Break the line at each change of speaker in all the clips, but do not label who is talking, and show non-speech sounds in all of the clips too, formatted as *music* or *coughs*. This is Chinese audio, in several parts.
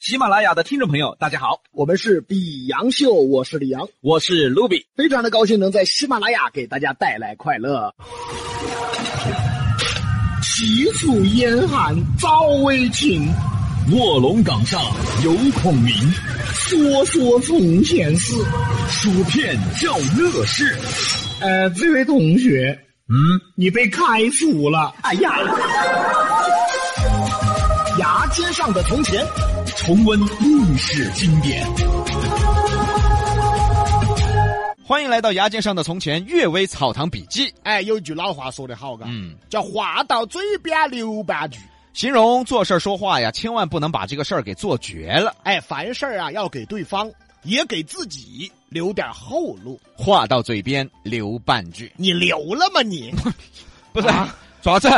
喜马拉雅的听众朋友，大家好，
我们是比杨秀，我是李阳，
我是卢比。
非常的高兴能在喜马拉雅给大家带来快乐。齐楚燕汉早为秦，
卧龙岗上有孔明，
说说从前事。
薯片叫乐事。
呃，这位同学，
嗯，
你被开除了。哎呀，牙尖上的从前，
重温历史经典。欢迎来到牙尖上的从前，《阅微草堂笔记》。
哎，有句老话说得好，嘎，
嗯，
叫话到嘴边留半句。
形容做事儿说话呀，千万不能把这个事儿给做绝了。
哎，凡事啊要给对方，也给自己留点后路。
话到嘴边留半句，
你留了吗你？
不是
啊
爪子，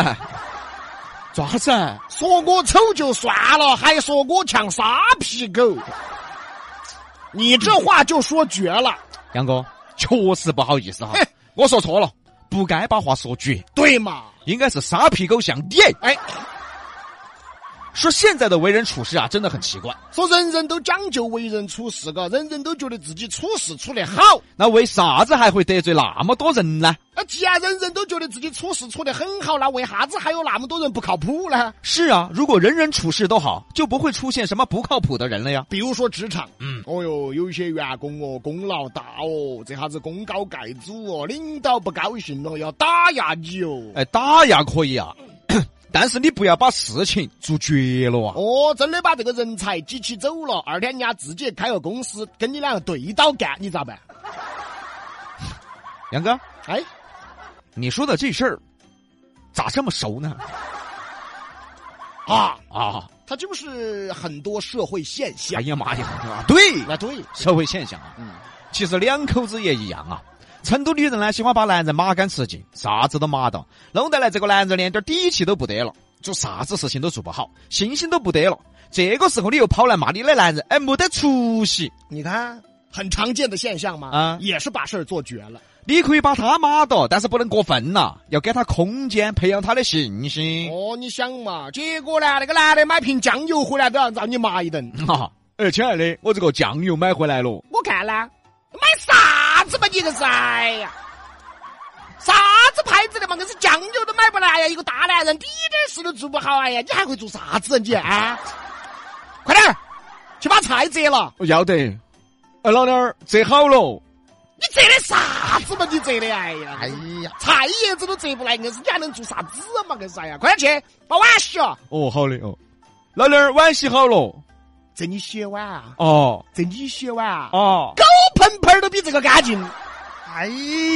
爪子，
说我丑就算了，还说我像沙皮狗，你这话就说绝了。
杨哥，确实不好意思哈啊
嘿，
我说错了，不该把话说绝，
对嘛？
应该是沙皮狗像你。
哎，
说现在的为人处事啊，真的很奇怪。
说人人都讲究为人处事，嘎，人人都觉得自己处事处得好。
那为啥子还会得罪那么多人呢？
那既然人人都觉得自己处事处得很好，那为啥子还有那么多人不靠谱呢？
是啊，如果人人处事都好，就不会出现什么不靠谱的人了呀。
比如说职场，
嗯，
哦哟，有些员工哦，功劳大哦，这下子功高盖主哦，领导不高兴了要打压你哦。
哎，打压可以啊， *coughs* 但是你不要把事情做绝了啊。
哦，真的把这个人才挤起走了，二天人家自己开个公司，跟你两个对刀干，你咋办？
杨哥，
哎，
你说的这事儿咋这么熟呢？
啊，
啊，
它就是很多社会现象
哎。呀妈呀，对，
啊，对，
社会现象啊。
嗯，
其实两口子也一样啊。成都女人呢，喜欢把男人麻杆吃尽，啥子都麻到，弄得来这个男人连点底气都不得了，做啥子事情都做不好，信心都不得了。这个时候你又跑来骂你的男人，哎，没得出息。
你看，很常见的现象嘛，
啊
也是把事儿做绝了。
你可以把他骂到，但是不能过分呐、要给他空间，培养他的信心。
哦，你想嘛，结果呢，那个男的买瓶酱油回来都要让你骂一顿。
哈、 *laughs* 哎，亲爱的，我这个酱油买回来了。
我看呢，买啥子嘛，你硬是，哎呀，啥子牌子的嘛，硬是酱油都买不来呀，一个大男人，滴点儿事都做不好，哎呀，你还会做啥子啊你啊？快点儿，去把菜摘了。
哦要得，哎，老娘儿，这好了。
你摘的啥子嘛？你摘的，哎呀，哎呀，菜叶子都摘不来，硬是你还能做啥子嘛？硬是，哎呀，快点去把碗洗了。
哦，好的哦。老娘儿，碗洗好了。
这你洗碗啊？
哦
这你洗碗啊？
哦。
狗盆盆儿都比这个干净。
哎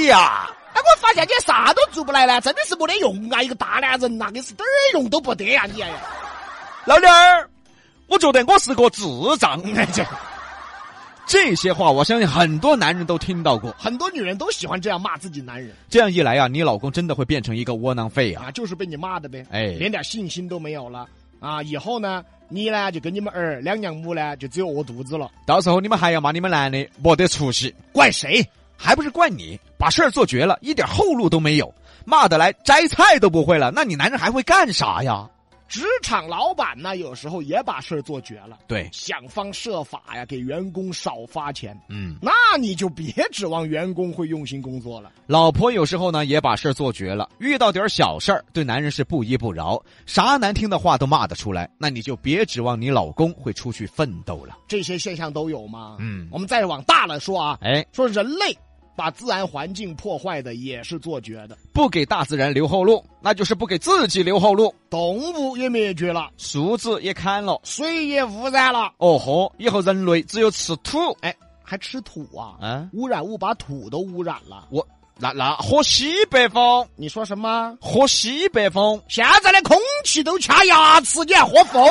呀！
哎，我发现你啥都做不来呢，真的是没得用啊！一个大男人呐、你是点儿用都不得呀、你哎呀！
老弟儿，我觉得我是个智障。
哎这
这些话我相信很多男人都听到过。
*laughs* 很多女人都喜欢这样骂自己男人
这样一来啊，你老公真的会变成一个窝囊废啊！
啊，就是被你骂的呗，
哎
连点信心都没有了啊！以后呢，你呢就跟你们儿两娘母呢就只有饿肚子了，
到时候你们还要骂你们男的没得出息，
怪谁？
还不是怪你把事儿做绝了，一点后路都没有，骂得来摘菜都不会了，那你男人还会干啥呀？
职场老板呢，有时候也把事儿做绝了，
对，
想方设法呀，给员工少发钱。
嗯，
那你就别指望员工会用心工作了。
老婆有时候呢也把事儿做绝了，遇到点儿小事儿对男人是不依不饶，啥难听的话都骂得出来，那你就别指望你老公会出去奋斗了。
这些现象都有吗？
嗯
我们再往大了说啊，
哎，
说人类把自然环境破坏的也是做绝的，
不给大自然留后路，那就是不给自己留后路。
动物也灭绝了，
树子也砍了，
水也污染了，
哦豁，以后人类只有吃土。
哎，还吃土啊？
啊，
污染物把土都污染了。
我那那喝西北风，
你说什么？
喝西北风，
现在的空气都掐牙齿，你还喝
*laughs*
风？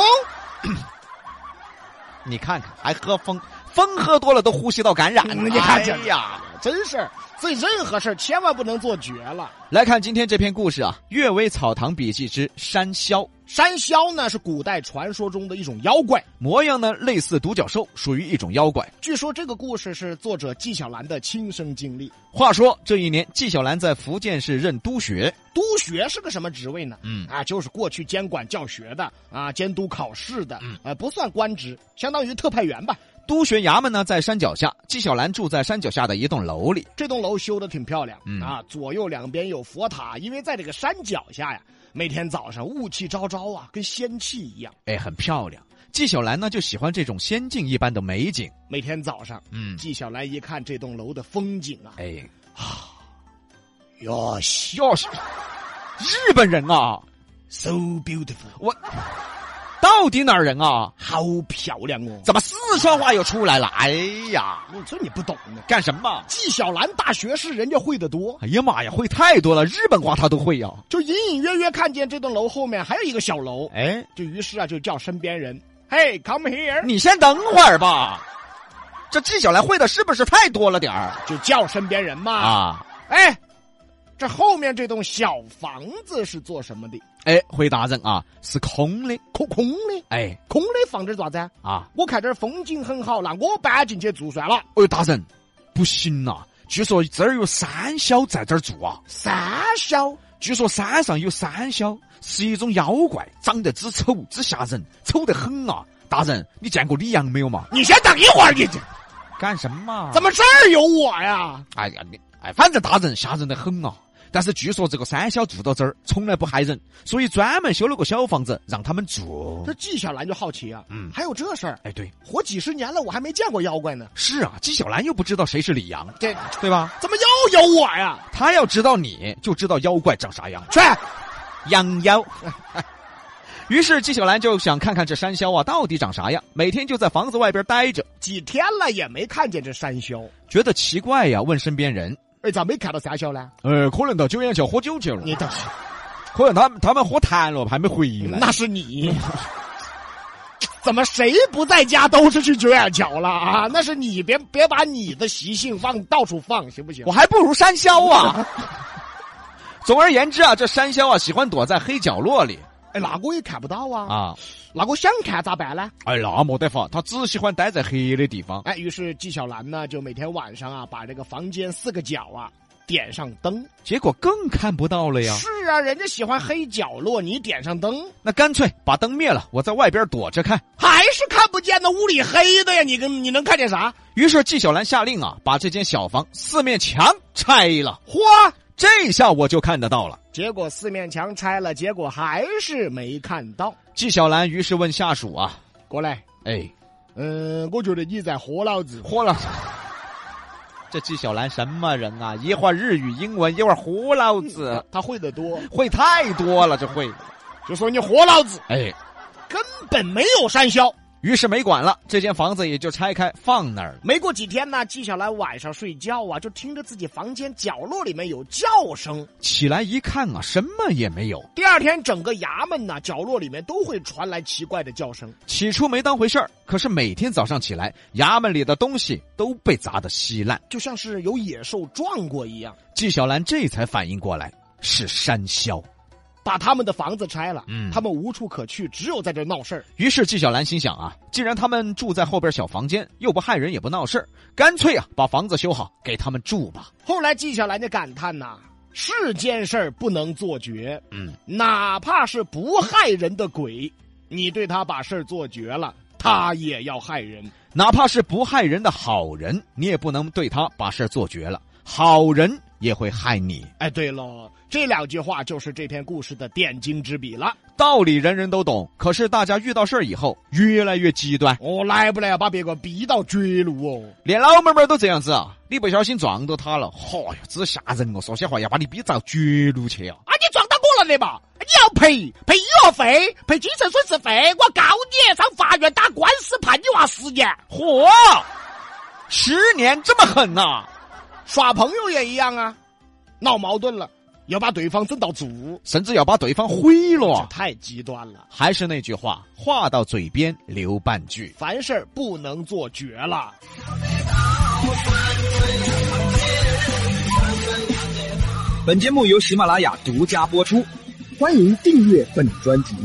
你看看还喝风，风喝多了都呼吸道感染
嗯
了。
你看这
哎呀，
真是，所以任何事儿千万不能做绝了。
来看今天这篇故事啊，《阅微草堂笔记之山魈》。
山魈呢是古代传说中的一种妖怪，
模样呢类似独角兽，属于一种妖怪。
据说这个故事是作者纪晓岚的亲身经历。
话说这一年，纪晓岚在福建市任督学，
督学是个什么职位呢？
嗯
啊，就是过去监管教学的啊，监督考试的，
嗯
呃，不算官职，相当于特派员吧。
督学衙门呢在山脚下，纪晓岚住在山脚下的一栋楼里。
这栋楼修的挺漂亮、
嗯
啊，左右两边有佛塔，因为在这个山脚下呀，每天早上雾气昭昭啊，跟仙气一样。
哎，很漂亮。纪晓岚呢就喜欢这种仙境一般的美景。
每天早上，
嗯，
纪晓岚一看这栋楼的风景啊，
哎，
哟西
要是日本人啊，
，so beautiful，
我到底哪儿人啊？
好漂亮哦！
怎么四川话又出来了？哎呀，
你这你不懂呢。
干什么？
纪晓岚大学士人家会的多，
哎呀妈呀，会太多了，日本话他都会呀、
就隐隐约约看见这栋楼后面还有一个小楼，
哎，
就于是啊就叫身边人，嘿、hey,，come here，
你先等会儿吧，这纪晓岚会的是不是太多了点儿
就叫身边人嘛。
啊？
哎，这后面这栋小房子是做什么的？
哎，回答人啊，是空的。
空空的，
哎
空的放这儿做啥子啊？
啊，
我看这儿风景很好，那我搬进去住算了。
哎呦，大人，不行呐、据说这儿有山魈在这儿住啊。
三小
据说山上有山魈，是一种妖怪，长得之丑之吓人，丑得很啊！大人，你见过李阳没有嘛？
你先等一会儿，你这
干什么啊
怎
么？
么这儿有我呀？
哎呀，你哎，反正大人吓人得很啊！但是据说这个山魈住到这儿从来不害人，所以专门修了个小房子让他们住
这。纪晓岚就好奇啊，
嗯
还有这事儿？
哎，对，
活几十年了，我还没见过妖怪呢。
是啊，纪晓岚又不知道谁是李阳， *laughs*
这
对吧？
怎么又有我呀？
他要知道你就知道妖怪长啥样，
去，
养妖。 *laughs* 于是纪晓岚就想看看这山魈啊到底长啥样，每天就在房子外边待着。
几天了也没看见这山魈，
觉得奇怪呀，问身边人，
哎，咋没看到山魈呢？
呃，可能到酒宴上喝酒去了
你等会儿
可能他们他们喝谈了，还没回来。
那是你。怎么谁不在家都是去九眼桥了啊？那是你，别别把你的习性放到处放，行不行
我？还不如山魈啊。 *laughs* 总而言之啊，这山魈啊喜欢躲在黑角落里
哎，那我也看不到啊，
啊。
那我想看咋办呢？
哎，那没得法，他只喜欢待在黑的地方。
哎，于是纪晓岚呢，就每天晚上啊，把这个房间四个角啊点上灯。
结果更看不到了呀。
是啊，人家喜欢黑角落，你点上灯
那干脆把灯灭了，我在外边躲着看。
还是看不见那屋里黑的呀？你跟你能看见啥？
于是纪晓岚下令啊，把这间小房四面墙拆了。
嚯！
这下我就看得到了。
结果四面墙拆了，结果还是没看到。
纪晓岚于是问下属啊，
过来，
哎，
嗯，我觉得你在豁老子。
豁老子。这纪晓岚什么人啊？一会儿日语、英文，一会儿豁老
*laughs*
子，
他会的多，
会太多了，这会。
就说你活老子，
哎，
根本没有山魈。
于是没管了，这间房子也就拆开放那儿了。
没过几天呢，纪晓岚晚上睡觉啊，就听着自己房间角落里面有叫声。
起来一看啊，什么也没有。
第二天，整个衙门呐、角落里面都会传来奇怪的叫声。
起初没当回事儿，可是每天早上起来，衙门里的东西都被砸得稀烂。
就像是有野兽撞过一样，
纪晓岚这才反应过来，是山魈。
把他们的房子拆了，
嗯
他们无处可去，只有在这闹事儿。
于是纪晓岚心想啊，既然他们住在后边小房间，又不害人也不闹事儿，干脆啊把房子修好给他们住吧。
后来，纪晓岚就感叹呐、世间事儿不能做绝，
嗯，
哪怕是不害人的鬼，你对他把事儿做绝了，他也要害人。
哪怕是不害人的好人，你也不能对他把事儿做绝了，好人也会害你。
哎，对喽，这两句话就是这篇故事的点睛之笔了。
道理人人都懂，可是大家遇到事儿以后越来越极端，
哦，来不来把别个逼到绝路哦？
连老妹妹都这样子啊！你不小心撞到她了，哎嚯、哟，只吓人哦！说些话要把你逼到绝路去啊！
啊，你撞到我了的吧？你要赔赔医药费，赔精神损失费，我告你上法院打官司，判你娃十年。
嚯，十年这么狠呐、
耍朋友也一样啊，闹矛盾了要把对方整到住，
甚至要把对方毁
这
了。啊
太极端了。
还是那句话，话到嘴边留半句。
凡事不能做绝了。
本节目由喜马拉雅独家播出，欢迎订阅本专辑。